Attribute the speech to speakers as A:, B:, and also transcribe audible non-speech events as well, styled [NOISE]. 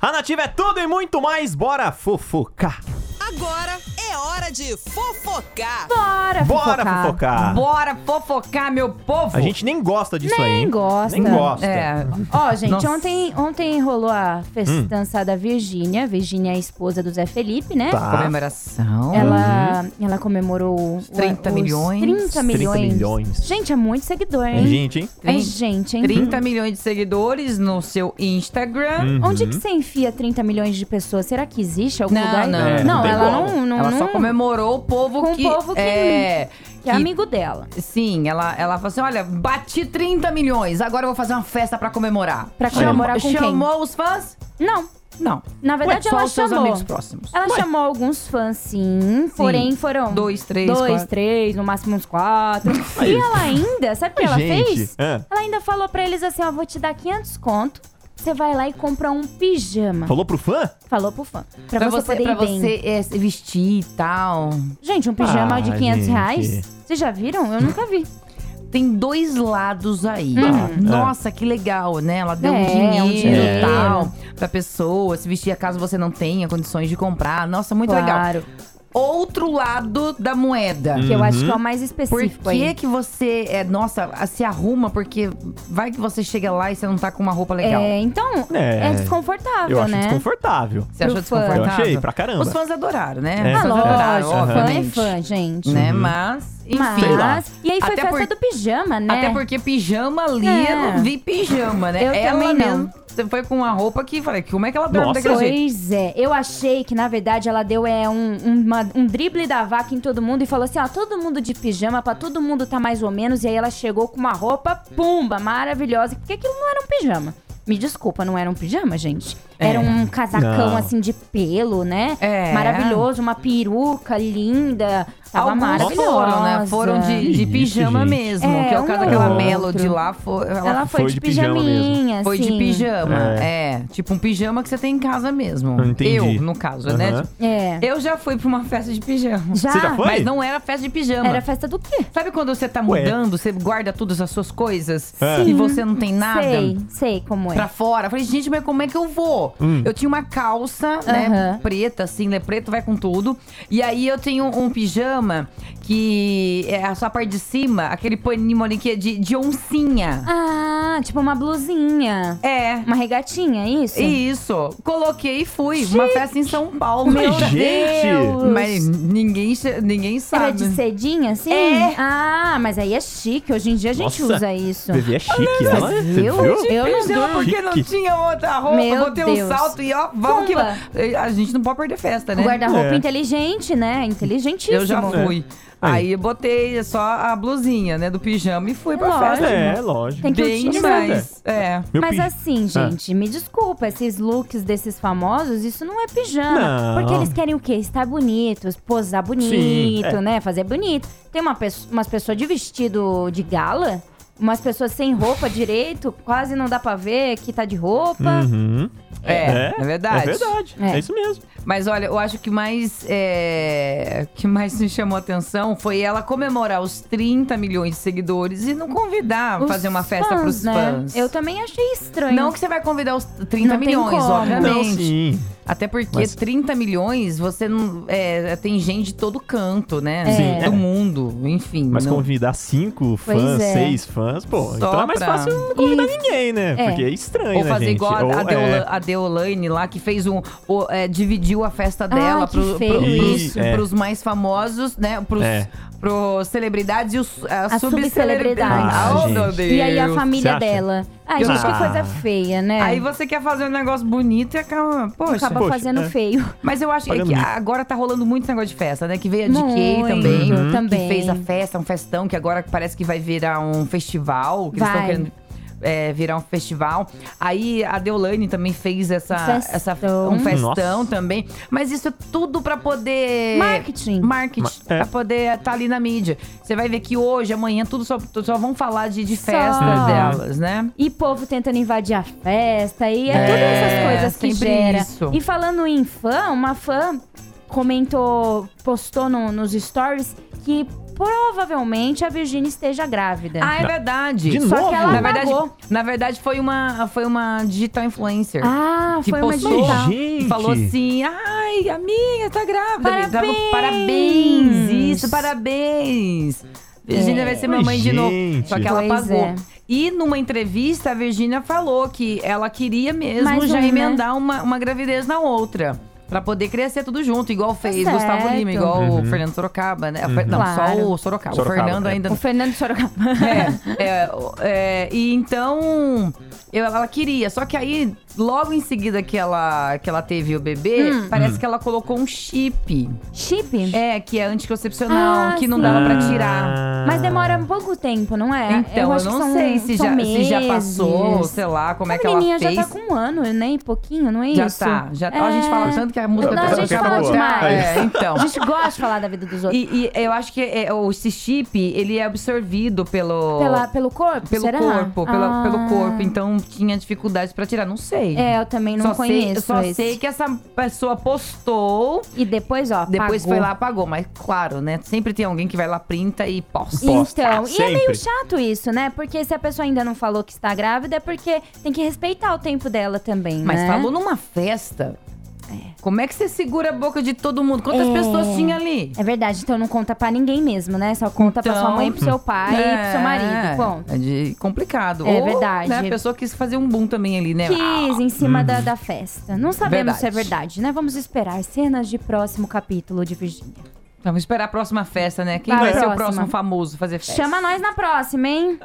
A: A Nativa é tudo e muito mais, bora fofocar!
B: Agora é hora de fofocar.
C: Bora,
A: Bora fofocar.
C: Bora fofocar, meu povo.
A: Ah. A gente nem gosta disso aí,
D: Nem
A: hein?
D: gosta.
A: Nem gosta. Tá.
C: É.
D: Ó, gente,
C: Nossa.
D: ontem, ontem rolou a festança da Virgínia. Virgínia é a esposa do Zé Felipe, né?
A: Hum. Tá. Uhum.
C: Comemoração.
D: Ela, ela comemorou os
C: 30 milhões.
D: 30 milhões.
A: 30 milhões.
D: Gente, é muito seguidor,
A: É,
D: hein?
A: gente, hein?
D: É gente, hein?
C: 30 milhões de seguidores no seu Instagram.
D: Onde
A: Uhum.
D: que você enfia 30 milhões de pessoas? Será que existe algum
C: Não,
D: lugar?
C: não, É,
A: não
D: não,
A: tem como.
D: ela não, não,
C: ela só
D: não-
C: comemorou o povo
D: Com o
C: que.
D: povo que-
C: é,
D: que é amigo dela.
C: Sim, ela, ela falou assim: olha, bati 30 milhões, agora eu vou fazer uma festa pra comemorar.
D: Pra comemorar
C: chamou,
D: com quem?
C: Chamou os fãs?
D: Não,
C: Não.
D: na verdade
C: Ué, só
D: ela
C: os seus
D: chamou. É
C: amigos próximos.
D: Ela
C: Ué,
D: chamou alguns fãs, sim, porém foram
C: Dois, três,
D: dois,
C: quatro.
D: três, no máximo uns quatro. e ela ainda, sabe o que ela
A: Gente,
D: fez?
A: é.
D: Ela ainda falou pra eles assim, ó, vou te dar 500 conto, você vai lá e compra um pijama.
A: Falou pro fã?
D: Falou pro fã, pra,
C: Pra
D: você,
C: você,
D: poder
C: pra
D: ir bem.
C: você é, se vestir e tal.
D: Gente, um pijama
A: Ah,
D: de 500
A: gente.
D: reais? Vocês já viram? Eu nunca vi.
C: Tem dois lados aí.
A: Ah, é.
C: Nossa, que legal, né? Ela deu um
D: Hum. É,
C: dinheiro
D: um
C: e
D: dinheiro.
C: tal pra pessoa se vestir caso você não tenha condições de comprar. Nossa, muito legal.
D: claro.
C: Outro lado da moeda.
A: Hum.
D: Que eu acho que é o mais
C: Uhum. Por
D: específico
C: que,
D: aí.
C: que você, é, nossa, a- se arruma? Porque vai que você chega lá e você não tá com uma roupa legal.
D: É, então,
A: É.
D: é, desconfortável,
A: Eu acho
D: né?
A: desconfortável.
C: Você achou
D: pro fã.
C: desconfortável?
A: Eu achei, pra caramba.
C: Os fãs adoraram, né?
A: É.
C: Os
D: Ah,
C: fãs
D: lógico,
C: adoraram,
D: fã é
C: obviamente.
D: fã, gente.
C: Né? Mas, enfim.
A: Uhum. Sei lá.
D: Mas, e aí foi
C: Até
D: festa
C: por-
D: do pijama, né?
C: Até porque pijama ali, eu
D: É.
C: não vi pijama, né?
D: Eu
C: ela
D: também não.
C: mesmo você foi com uma roupa que falei, como é que ela dorme
A: Nossa.
C: daquele jeito?
D: Pois é, eu achei que na verdade ela deu é, um, uma- um drible da vaca em todo mundo e falou assim: ó, todo mundo de pijama, pra todo mundo tá mais ou menos. E aí ela chegou com uma roupa, pumba, maravilhosa, porque aquilo não era um pijama. Me desculpa, não era um pijama, gente.
C: É.
D: Era um casacão
A: Não.
D: assim de pelo, né?
C: É.
D: Maravilhoso, uma peruca linda. Tava
C: Alguns
D: maravilhosa.
C: foram, né? Foram de, de
A: Isso,
C: pijama
A: gente.
C: mesmo.
D: É,
C: que é o
D: um
C: caso daquela
A: ou
C: Melody
D: outro.
C: lá. Foi, ela
D: Ela foi, de,
A: pijama mesmo.
D: pijaminha,
C: foi
D: assim.
C: de pijama.
A: É.
C: É. Tipo um pijama que você tem em casa mesmo.
A: Eu entendi.
C: Eu, no caso, né?
A: Aham.
C: Tipo,
D: É.
C: Eu já fui pra uma festa de pijama.
D: Já,
A: Você já foi?
C: Mas não era festa de pijama.
D: era festa do quê?
C: Sabe quando você tá
A: Ué.
C: mudando, você guarda todas as suas coisas
A: É.
C: e você não tem nada?
D: Sei, sei como é.
C: pra fora. Eu Falei, gente, mas como é que eu vou? Eu tinha uma calça, né,
D: Hum. Aham.
C: preta, assim, né, preto vai com tudo. E aí eu tenho um pijama que é a sua parte de cima, aquele paninho ali que é de, de oncinha.
D: Ah, tipo uma blusinha.
C: É.
D: Uma regatinha, isso?
C: Isso. Coloquei e fui. Uma festa em São Paulo.
A: Mas,
C: Meu
A: gente!
C: Deus. Mas ninguém, che- ninguém
D: Era
C: sabe.
D: de cedinha, assim?
C: É.
D: Ah, mas aí é chique. Hoje em dia a gente
A: Nossa,
D: usa isso.
A: Bebê é chique, ela.
D: mas
A: Você
D: eu-
A: viu?
D: eu não
C: Pijama,
D: durmo.
C: porque não
A: Chique.
C: tinha outra roupa.
D: Meu
C: Botei um
D: Deus.
C: salto e ó, vamos que
D: Pumba.
C: vamos. A gente não pode perder festa, né?
A: É.
D: Guarda-roupa inteligente, né? Inteligentíssimo.
C: Eu já fui.
D: É.
C: Aí.
A: Aí.
C: eu botei só a blusinha, né, do pijama e fui pra
D: Lógico.
C: festa.
A: É, lógico.
D: Tem que
C: Bem
D: utilizar.
C: demais. É.
A: Meu
D: Mas
A: pi-
D: assim,
A: Ah.
D: gente, me desculpa, esses looks desses famosos, isso não é pijama.
A: Não.
D: Porque eles querem o quê? Estar bonitos, posar bonito,
A: é.
D: né? Fazer bonito. Tem uma pesso- umas pessoas de vestido de gala, umas pessoas sem roupa direito, quase não dá pra ver que tá de roupa.
A: Uhum.
C: É, é, verdade.
A: É verdade. É.
D: É.
A: isso mesmo.
C: Mas olha, eu acho que mais é, que mais me chamou a atenção foi ela comemorar os 30 milhões de seguidores e não convidar
D: Os
C: fazer uma festa
D: fãs,
C: pros
D: né?
C: fãs.
D: Eu também achei estranho.
C: Não que você vai convidar os 30
D: Não tem
C: milhões,
D: como.
C: obviamente.
A: Não, Então, sim.
C: Até porque
A: Mas-
C: 30 milhões, você não. é, tem gente de todo canto, né?
A: Sim,
C: Do
A: é.
C: mundo, enfim.
A: Mas
C: não-
A: convidar cinco fãs,
D: é.
A: seis fãs, pô,
C: Só
A: então é mais
C: pra-
A: fácil não convidar ninguém, né?
D: É.
A: Porque é estranho,
C: Ou
A: né,
C: fazer
A: gente?
C: igual a, a,
A: Ou-
C: Deola-
A: é.
C: a Deolane lá, que fez um. o- é, dividiu a festa dela
D: Ah, que
C: pro,
D: feio
C: pro-
A: isso.
C: pros-
A: É.
C: pros mais famosos, né? Pros,
A: É.
C: pros celebridades e os a
D: As
C: subcelebridades.
D: subcelebridades.
A: Ah,
C: oh, meu
A: gente.
C: Deus.
D: E aí a
A: Você
D: família
A: acha?
D: dela. Ai,
A: Eu
D: gente,
A: acho.
D: que coisa feia, né?
C: Aí você quer fazer um negócio bonito e acaba. Poxa.
D: Acaba
A: Poxa,
D: fazendo
A: é.
D: feio.
C: Mas eu acho
A: Pagando
C: que
A: mico.
C: agora tá rolando muito negócio de festa, né? Que veio a DK
D: Muito,
C: também.
D: Uhum.
C: Que
D: também.
C: fez a festa, um festão, que agora parece que vai virar um festival. Que eles estão
D: Vai.
C: querendo. é, virar um festival. Aí a Deolane também fez essa,
D: Festão.
C: essa um festão
A: Nossa.
C: também. Mas isso é tudo pra poder.
D: Marketing.
C: Marketing.
A: Ma- é.
C: Pra poder estar ali na mídia. Você vai ver que hoje, amanhã, tudo só, só vão falar de, de
D: Só.
C: festa
D: Uhum.
C: delas, né?
D: E povo tentando invadir a festa. E é,
C: É,
D: todas essas coisas que
C: sempre
D: gera.
C: isso.
D: E falando em fã, uma fã comentou, postou no- nos stories que. provavelmente a Virgínia esteja grávida.
C: Ah, é
A: Na-
C: verdade.
A: De
D: Só
A: novo?
D: que ela
C: na verdade,
D: apagou.
C: na verdade foi uma foi uma digital influencer.
D: Ah,
C: que
D: foi uma
C: postou
D: digital.
A: Gente.
C: e falou assim: "Ai, amiga, tá grávida". Tava-
D: Parabéns.
C: parabéns. Isso, parabéns. Virgínia vai ser
A: Mas,
C: mamãe de novo.
A: gente.
C: Só que ela
D: Pois
C: apagou.
D: é.
C: E numa entrevista, a Virgínia falou que ela queria mesmo
D: Mais
C: já
D: um, né?
C: emendar uma, uma gravidez na outra. Pra poder crescer tudo junto, igual fez
D: Tá certo. Uhum.
C: Gustavo Lima, igual o Fernando Sorocaba, né? Não,
D: Claro.
C: só o Sorocaba.
A: Uhum. Sorocaba,
C: o Fernando
A: é.
C: ainda
D: O Fernando Sorocaba.
C: é, é, o- é, e então eu- ela queria, só que aí logo em seguida que ela, que ela teve o bebê,
D: Hum.
C: parece que ela colocou um chip,
D: Chip?
C: é, que é anticoncepcional,
D: Ah,
C: que não
D: sim.
C: dava pra tirar.
D: Mas demora um pouco tempo, não é?
C: Então, eu,
D: acho que
C: não
D: são-
C: sei se
D: são
C: já, se já passou,
D: meses.
C: sei lá, como é que
D: a
C: ela
D: menininha
C: fez.
D: já tá com um ano, né? E pouquinho, não é
C: Já
D: isso?
C: tá, já tá. Ó, A gente
D: É.
C: fala tanto que a música
D: Não, a
C: tá-
D: gente
C: tá
D: fala
C: boa.
D: demais.
C: É, então.
D: A gente gosta de falar da
C: [LAUGHS]
D: vida dos outros.
C: E, e eu acho que é, o- esse chip, ele é absorvido pelo...
D: Pela- pelo corpo?
C: Pelo
D: será?
C: corpo, pela-
D: Ah.
C: pelo corpo. Então tinha dificuldade pra tirar, não sei.
D: É, eu também não
C: só
D: conheço.
C: sei, só
D: esse.
C: sei que essa pessoa postou,
D: E depois, ó,
C: depois
D: apagou.
C: foi lá apagou, mas claro, né? Sempre tem alguém que vai lá printa e posta.
A: Posta,
D: Então, e é
A: sempre.
D: meio chato isso, né? Porque se a pessoa ainda não falou que está grávida, é porque tem que respeitar o tempo dela também,
C: Mas
D: né?
C: falou numa festa. Como é que você segura a boca de todo mundo? Quantas
D: É.
C: pessoas tinha ali?
D: É verdade, então não conta pra ninguém mesmo, né? Só conta pra
C: Então,
D: sua mãe, pro seu pai e pro seu marido.
C: É,
D: Bom,
C: É de- complicado.
D: É
C: Ou,
D: verdade.
C: Né, a pessoa quis fazer um boom também ali, né?
D: quis em cima da, da festa. Não sabemos
C: Verdade.
D: se é verdade, né? Vamos esperar cenas de próximo capítulo de Virgínia.
C: Vamos esperar a próxima festa, né? Quem
D: Vai,
C: vai ser o
D: próxima.
C: próximo famoso fazer festa?
D: Chama nós na próxima, hein?